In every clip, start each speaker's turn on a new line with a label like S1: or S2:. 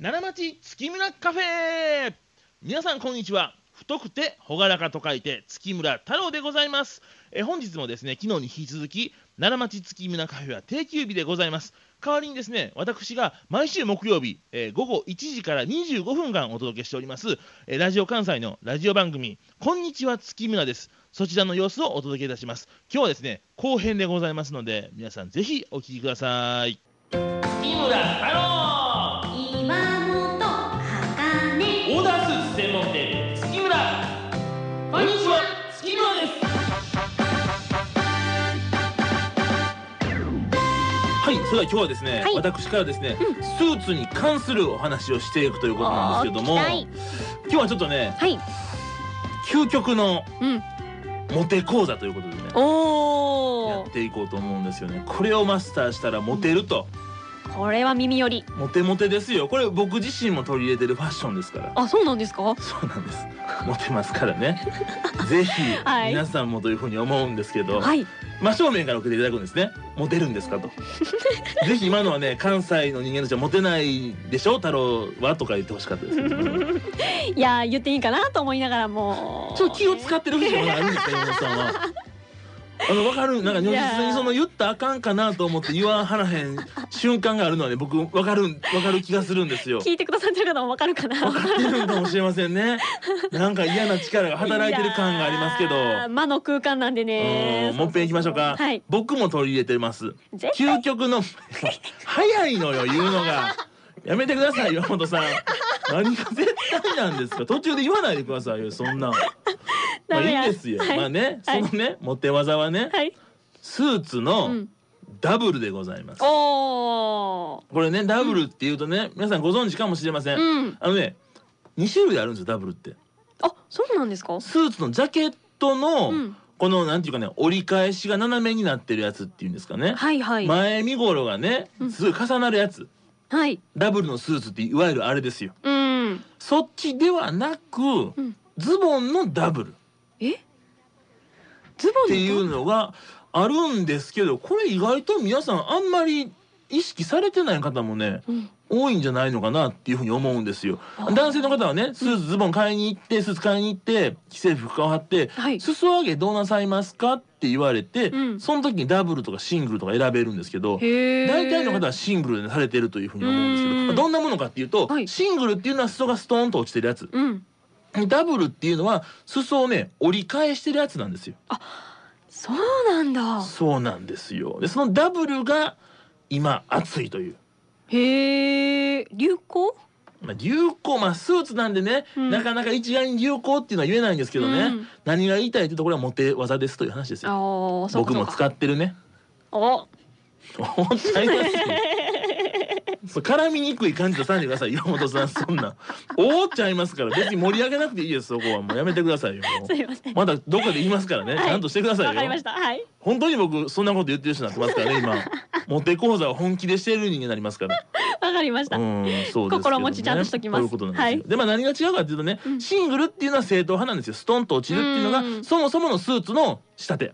S1: 奈良町月村カフェ皆さんこんにちは太くて朗らかと書いて月村太郎でございますえー本日もですね昨日に引き続き奈良町月村カフェは定休日でございます代わりにですね私が毎週木曜日、えー午後1時から25分間お届けしております、えーラジオ関西のラジオ番組「こんにちは月村」ですそちらの様子をお届けいたします今日はですね後編でございますので皆さんぜひお聞きください月村太郎
S2: 岩本茜
S1: オーダースーツ専門店月村こんにちは月村ですはいそれでは今日はですね、
S2: はい
S1: 私からですね、スーツに関するお話をしていくということなんですけども
S2: おー聞き
S1: 今日はちょっとね
S2: はい
S1: 究極の
S2: うん
S1: モテ講座ということでねや
S2: お
S1: っ
S2: お
S1: ていこうと思うんですよねこれをマスターしたらモテると
S2: これは耳寄り
S1: モテモテですよこれ僕自身も取り入れてるファッションですから
S2: あそうなんですか
S1: そうなんです。モテますから ね。ぜひ
S2: はい
S1: 皆さんもというふうに思うんですけど、
S2: はい
S1: 真正面から受けていただくんですね。モテるんですかと。ぜひ今のはね関西の人間たちはモテないでしょ太郎はとか言ってほしかったですけど。
S2: いやー言っていいかなと思いながらもう
S1: ちょっと気を使ってる節もあるんですか山本さんは。あのわかるなんか如
S2: いや
S1: 実にその言ったらあかんかなと思って言わんはらへん瞬間があるのはね僕わかるわかる気がするんですよ。
S2: 聞いてくださってる方もわかるか な
S1: わかってるんかもしれませんね。なんか嫌な力が働いてる感がありますけど
S2: い。やー魔の空間なんでね
S1: うんもっぺん行きましょうか、
S2: はい
S1: 僕も取り入れてます
S2: 絶対
S1: 究極の早いのよ言うのがやめてくだ さい岩本さん何が絶対なんですか途中で言わないでくださいよそんなんま
S2: ダ
S1: あ
S2: メや
S1: いいですよ、
S2: はい
S1: まあねそ
S2: はい
S1: のねモテ技はね、
S2: はい
S1: スーツ
S2: う
S1: の
S2: ん
S1: ダブルでございます、
S2: おお
S1: これねダブルっていうとね皆さんご存知かもしれません、
S2: うん
S1: あのね2種類あるんですよダブルって
S2: あそうなんですか
S1: スーツのジャケットの、
S2: うん
S1: このなんていうかね折り返しが斜めになってるやつっていうんですかね、
S2: はいはい
S1: 前身頃がね
S2: うん
S1: すごい重なるやつ、
S2: はい
S1: ダブルのスーツっていわゆるあれですよ
S2: うん
S1: そっちではなく、
S2: ん
S1: ズボンのダブルっ
S2: えズボン
S1: ていう
S2: の
S1: のがあるんですけどこれ意外と皆さんあんまり意識されてない方もね
S2: うん
S1: 多いんじゃないのかなっていうふうに思うんですよ
S2: あー
S1: 男性の方はねスーツズボン買いに行ってスーツ買いに行って既製服買を貼って、
S2: はい
S1: 裾上げどうなさいますかって言われて、
S2: うん
S1: その時にダブルとかシングルとか選べるんですけど
S2: へえ
S1: 大体の方はシングルでされてるというふうに思うんですけど、
S2: うん
S1: まあどんなものかっていうと、
S2: はい
S1: シングルっていうのは裾がストーンと落ちてるやつ
S2: うん
S1: ダブルっていうのは裾をね折り返してるやつなんですよ
S2: そうなんだ
S1: そうなんですよでそのダブルが今熱いという、
S2: へえ流行
S1: まあ、流行まあスーツなんでね、
S2: うん
S1: なかなか一概に流行っていうのは言えないんですけどね、
S2: うん
S1: 何が言いたいってところはモテ技ですという話ですよ
S2: ああそう
S1: 僕
S2: かそう
S1: も
S2: か
S1: 使ってるね
S2: お
S1: もったいないそう絡みにくい感じ出さないでください岩本さんそんなおーっちゃいますから別に盛り上げなくていいですそこはもうやめてくださいよもう
S2: すいません
S1: まだどっかで言いますからね、
S2: はい
S1: ちゃんとしてくださいよ
S2: わかりましたはい
S1: 本当に僕そんなこと言ってる人になってますからね今モテ講座を本気でしてる人間になりますから
S2: わかりました
S1: う
S2: うん
S1: そうですけど、ね、
S2: 心持ちちゃんとしときます
S1: そういうことなんですよ、
S2: は
S1: でまあ何が違うかっていうとね、
S2: うん
S1: シングルっていうのは正統派なんですよストンと落ちるっていうのが
S2: うん
S1: そもそものスーツの仕立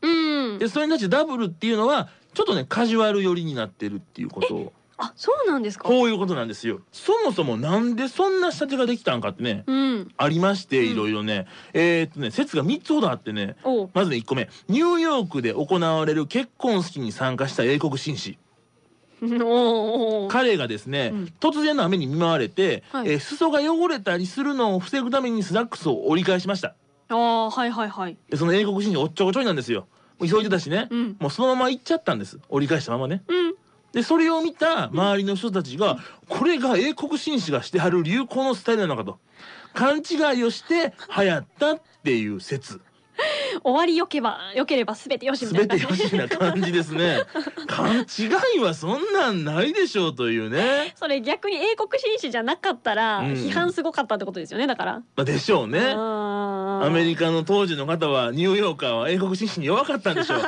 S1: て
S2: ん
S1: でそれに対してダブルっていうのはちょっとねカジュアル寄りになってるっていうことを
S2: あそうなんですか
S1: こういうことなんですよそもそもなんでそんな仕立てができたんかってね、
S2: うん
S1: ありまして
S2: うん
S1: いろいろね、えーっとね説が3つほどあってね
S2: おう
S1: まずね1個目ニューヨークで行われる結婚式に参加した英国紳士
S2: おうおう
S1: 彼がですね、
S2: うん
S1: 突然の雨に見舞われて、
S2: はい
S1: えー裾が汚れたりするのを防ぐためにスナックスを折り返しました
S2: ああはいはいはい
S1: でその英国紳士おっちょこちょいなんですよもう急いでたしね、
S2: うん
S1: もうそのまま行っちゃったんです折り返したままね
S2: うん
S1: でそれを見た周りの人たちが、これが英国紳士がしてはる流行のスタイルなのかと勘違いをして流行ったっていう説
S2: 終わりよけばよければすべてよしみたい
S1: 全
S2: な
S1: てよしな感じですね勘違いはそんなんないでしょうというね、
S2: それ逆に英国紳士じゃなかったら
S1: うん
S2: 批判すごかったってことですよねだから
S1: まあ、でしょうね
S2: ア
S1: アメリカの当時の方はニューヨーカーは英国紳士に弱かったんでしょう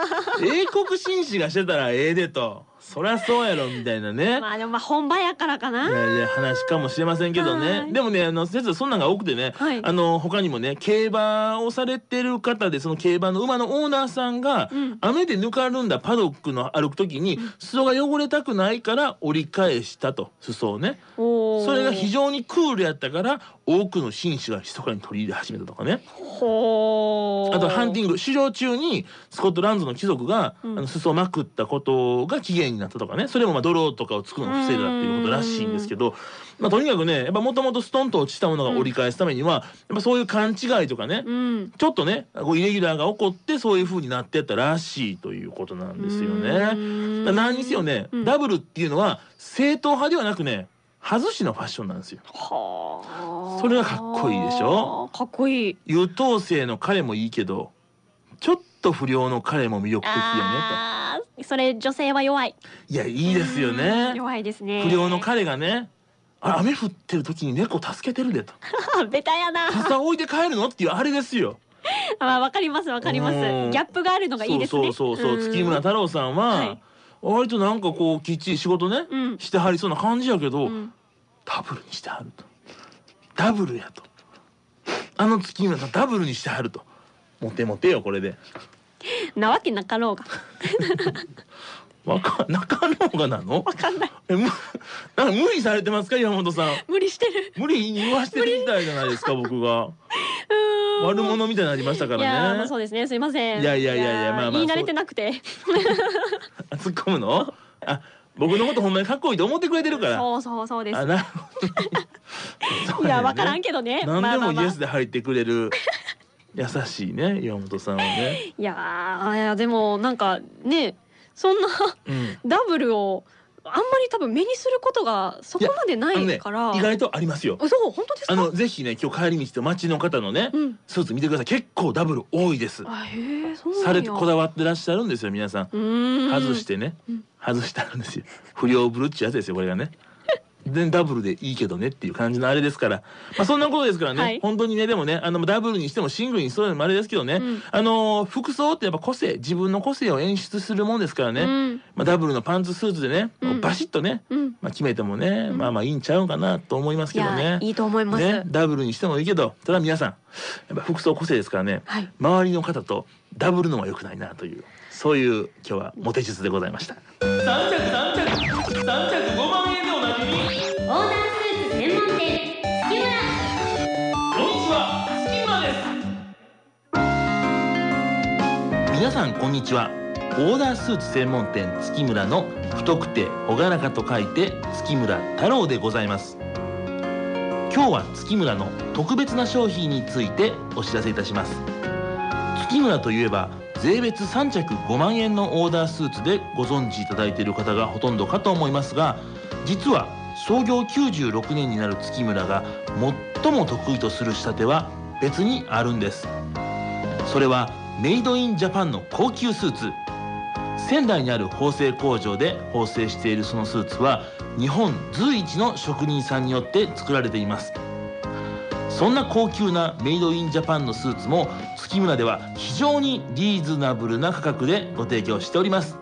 S1: 英国紳士がしてたらええでとそりゃそうやろみたいなね、
S2: まあでもまあ本場やからか
S1: い
S2: な。
S1: やいや話かもしれませんけど
S2: は
S1: ね
S2: い
S1: でもねあの先生そんなんが多くてね、
S2: はい
S1: あの他にもね競馬をされてる方でその競馬の馬のオーナーさんが、
S2: うん
S1: 雨でぬかるんだパドックの歩く時に裾が汚れたくないから折り返したと裾をね
S2: おお。
S1: それが非常にクールやったから多くの紳士が密かに取り入れ始めたとかね
S2: ほー
S1: あとハンティング狩猟中にスコットランドの貴族が、
S2: うん
S1: あの裾をまくったことが起源になったとかねそれもまあ泥とかをつくのを防いだっていうことらしいんですけど、まあ、とにかくねやっぱもともとストンと落ちたものが折り返すためには、やっぱそういう勘違いとかね、
S2: うん。
S1: ちょっとねこうイレギュラーが起こってそういう風になってったらしいということなんですよね。
S2: う
S1: だか
S2: ーん
S1: ら何にせよね、
S2: うん
S1: ダブルっていうのは正統派ではなくね外しのファッションなんですよ。
S2: はあ。
S1: それがかっこいいでしょ。
S2: かっこいい。
S1: 優等生の彼もいいけどちょっと不良の彼も魅力的よね
S2: ああ、それ女性は弱い。
S1: といやいいですよね
S2: うん弱いですね。
S1: 不良 の。彼がねあ雨降ってる時に猫助けてる でと
S2: ベタ やな。
S1: 傘置いて帰るのっていうあれですよ
S2: まあわかりますわかります。
S1: う
S2: ギ
S1: ん
S2: ャップがあるのがいいですね。
S1: そうそうそうそう月村太郎さんは、
S2: はい
S1: 割となんかこうきっちり仕事ね、
S2: うん
S1: してはりそうな感じやけど、
S2: うんうん
S1: ダブルにしてはるとダブルやとあの月村さんダブルにしてはるとモテモテよこれで
S2: なわけなか ろうが。
S1: わか中野がなの
S2: わかんない。
S1: えむなんか無理されてますか岩本さん
S2: 無理してる。
S1: 無理に言わしてるみたいじゃないですか僕が
S2: うーん
S1: 悪者みたいになりましたか
S2: いやーま
S1: ら
S2: あ
S1: ね
S2: そうですねすいません
S1: いやいやいやいや
S2: ー
S1: まあまあ
S2: 言い慣れてなくて
S1: あ突っ込むのあ僕のことほんまにかっこいいと思ってくれてるから
S2: そうそうそうです
S1: あなるほどそう
S2: い
S1: やね
S2: やわからんけどね
S1: 何でもイエスで
S2: だ
S1: 入ってくれる優しいね岩本さんはね、
S2: いやーいやでもなんかねそんな
S1: うん、
S2: ダブルをあんまり多分目にすることがそこまでな
S1: あの
S2: い
S1: ね
S2: から
S1: 意外とありますよ
S2: そう本当ですか
S1: あのぜひね今日帰り道と街の方のね、
S2: うん
S1: スーツ見てください結構ダブル多いです
S2: あへえそうなんや
S1: されてこだわってらっしゃるんですよ皆さん
S2: うーん
S1: 外してね、
S2: うん
S1: 外してあるんですよ不良ブルっちゅうやつですよこれがねでダブルでいいけどねっていう感じのあれですから、まあ、そんなことですからね、
S2: はい
S1: 本当にねでもねあのダブルにしてもシングルにしてもあれですけどね、
S2: うん
S1: あの服装ってやっぱ個性自分の個性を演出するもんですからね、
S2: うん
S1: まあ、ダブルのパンツスーツでね、
S2: うん
S1: バシッとね、
S2: うん
S1: まあ、決めてもね、まあまあいいんちゃうかなと思います
S2: い
S1: けど
S2: や
S1: ね
S2: いいと思います、
S1: ねダブルにしてもいいけどただ皆さんやっぱ服装個性ですからね、
S2: はい
S1: 周りの方とダブルのは良くないなというそういう今日はモテ術でございました三着三着三着五万円でおなじみこんにち
S3: オーダースーツ専門店月村
S1: は月村です皆さんこんにちはオーダースーツ専門店月村の太くて朗らかと書いて月村太郎でございます今日は月村の特別な商品についてお知らせいたします月村といえば税別3着5万円のオーダースーツでご存知いただいている方がほとんどかと思いますが実は創業96年になる月村が最も得意とする仕立ては別にあるんですそれはメイドインジャパンの高級スーツ仙台にある縫製工場で縫製しているそのスーツは日本随一の職人さんによって作られていますそんな高級なメイドインジャパンのスーツも月村では非常にリーズナブルな価格でご提供しております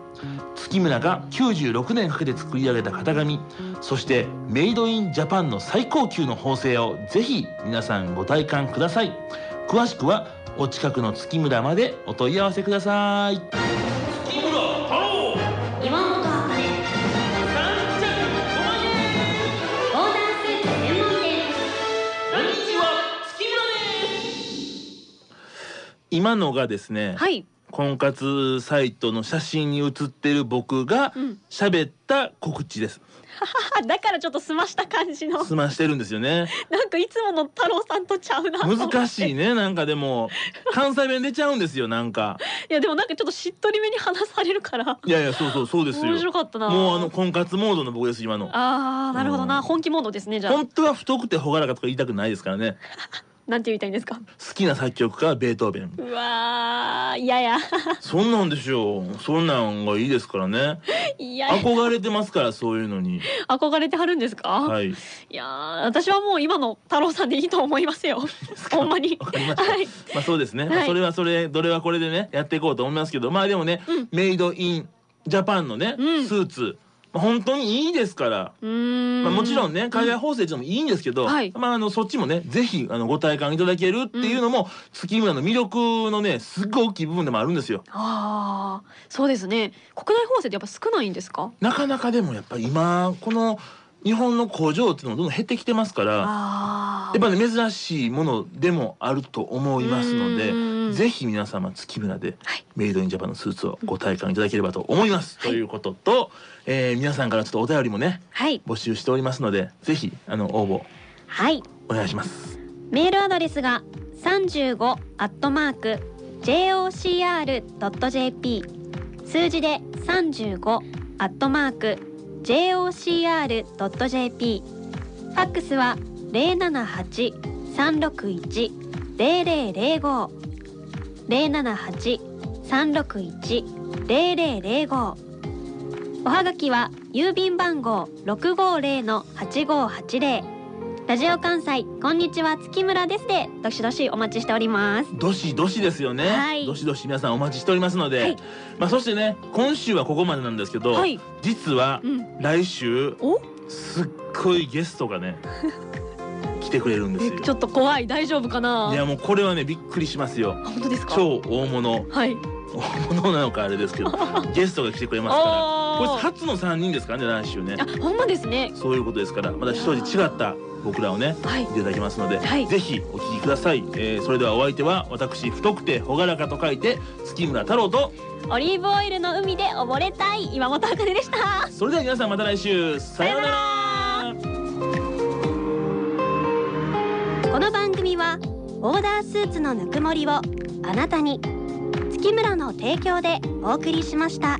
S1: 月村が96年かけて作り上げた型紙そしてメイドインジャパンの最高級の縫製をぜひ皆さんご体感ください詳しくはお近くの月村までお問い合わせください月村太郎
S3: 岩本茜オーダースーツ専門店
S1: こんにちは月村です今のがですね、
S2: はい
S1: 婚活サイトの写真に写ってる僕が
S2: うん
S1: 喋った告知です。
S2: あだからちょっと済ました感じの
S1: 済ましてるんですよ ね。
S2: なんかいつもの太郎さんとちゃうなと思って
S1: 難しいね。なんかでも関西弁出ちゃうんですよ。なんか
S2: いやでもなんかちょっとしっとりめに話されるから
S1: いやいやそうそうそうですよ。
S2: 面白かったな
S1: もうあの婚活モードの僕です今の。
S2: あーなるほどな、
S1: うん
S2: 本気モードですねじゃあ
S1: 本当は太くて朗らかとか言いたくないですからね。
S2: なんて言いたいんですか
S1: 好きな作曲家はベートーベン。
S2: うわーいやいや
S1: そんなんでしょう。そんなんがいいですからね。
S2: いやいや
S1: 憧れてますからそういうのに。
S2: 憧れてはるんですか、
S1: は
S2: い、
S1: い。
S2: やー私はもう今の太郎さんでいいと思いま すよほんまに
S1: わかりました。
S2: はい
S1: まあそうですね。
S2: はい
S1: まあそれはそれ、どれはこれでね、やっていこうと思いますけど、まあでもね、
S2: うん
S1: メイドインジャパンのね、
S4: うん
S1: スーツ、まあ、本当にいいですから、
S4: うーん
S1: まあ、もちろんね海外法制でもいいんですけど、
S4: はい
S1: まあ、あのそっちもねぜひあのご体感いただけるっていうのも、月村の魅力のねすっごい大きい部分でもあるんですよ。
S4: ああそうですね国内法制ってやっぱ少ないんですか
S1: なかなかでもやっぱり今この日本の工場っていうのもどんどん減ってきてますからや
S4: あ
S1: っぱね珍しいものでもあると思いますの
S4: うんうんうん
S1: でぜひ皆様月村で
S4: はい
S1: メイドインジャパンのスーツをご体感いただければと思います。
S4: はい
S1: ということと、えー皆さんからちょっとお便りもね
S2: はい
S1: 募集しておりますのでぜひあの応募
S2: はい
S1: お願いします。
S2: メールアドレスが35アットマーク jocr.jp 数字で35アットマーク jocr.jp ファックスは078-361-0005 078-361-0005おはがきは郵便番号650-8580ラジオ関西こんにちは月村ですでどしどしお待ちしております
S1: どしどしですよね、
S2: はい
S1: どしどし皆さんお待ちしておりますので、
S4: はい
S1: まあそしてね今週はここまでなんですけど、
S4: はい
S1: 実は
S4: うん
S1: 来週
S4: お
S1: すっごいゲスト がね来てくれるんです
S4: え
S1: よ
S4: ちょっと怖い大丈夫かない
S1: やもうこれはねびっくりします
S4: あ
S1: よ
S4: 本当ですか
S1: 超大物
S4: はい
S1: 大物なのかあれで すけどゲストが来てくれますから
S4: あ
S1: これ
S4: ー
S1: 初の3人ですからね来週ね
S4: あほんまですね
S1: そういうことですからまだ一人違った僕らをね
S4: はい
S1: いただきますので、
S4: はい
S1: ぜひお聞きください、えーそれではお相手は私太くて朗らかと書いて月村太郎と
S2: オリーブオイルの海で溺れたい岩本茜でした
S1: それでは皆さんまた来週さようなら
S2: この番組はオーダースーツのぬくもりをあなたに月村の提供でお送りしました。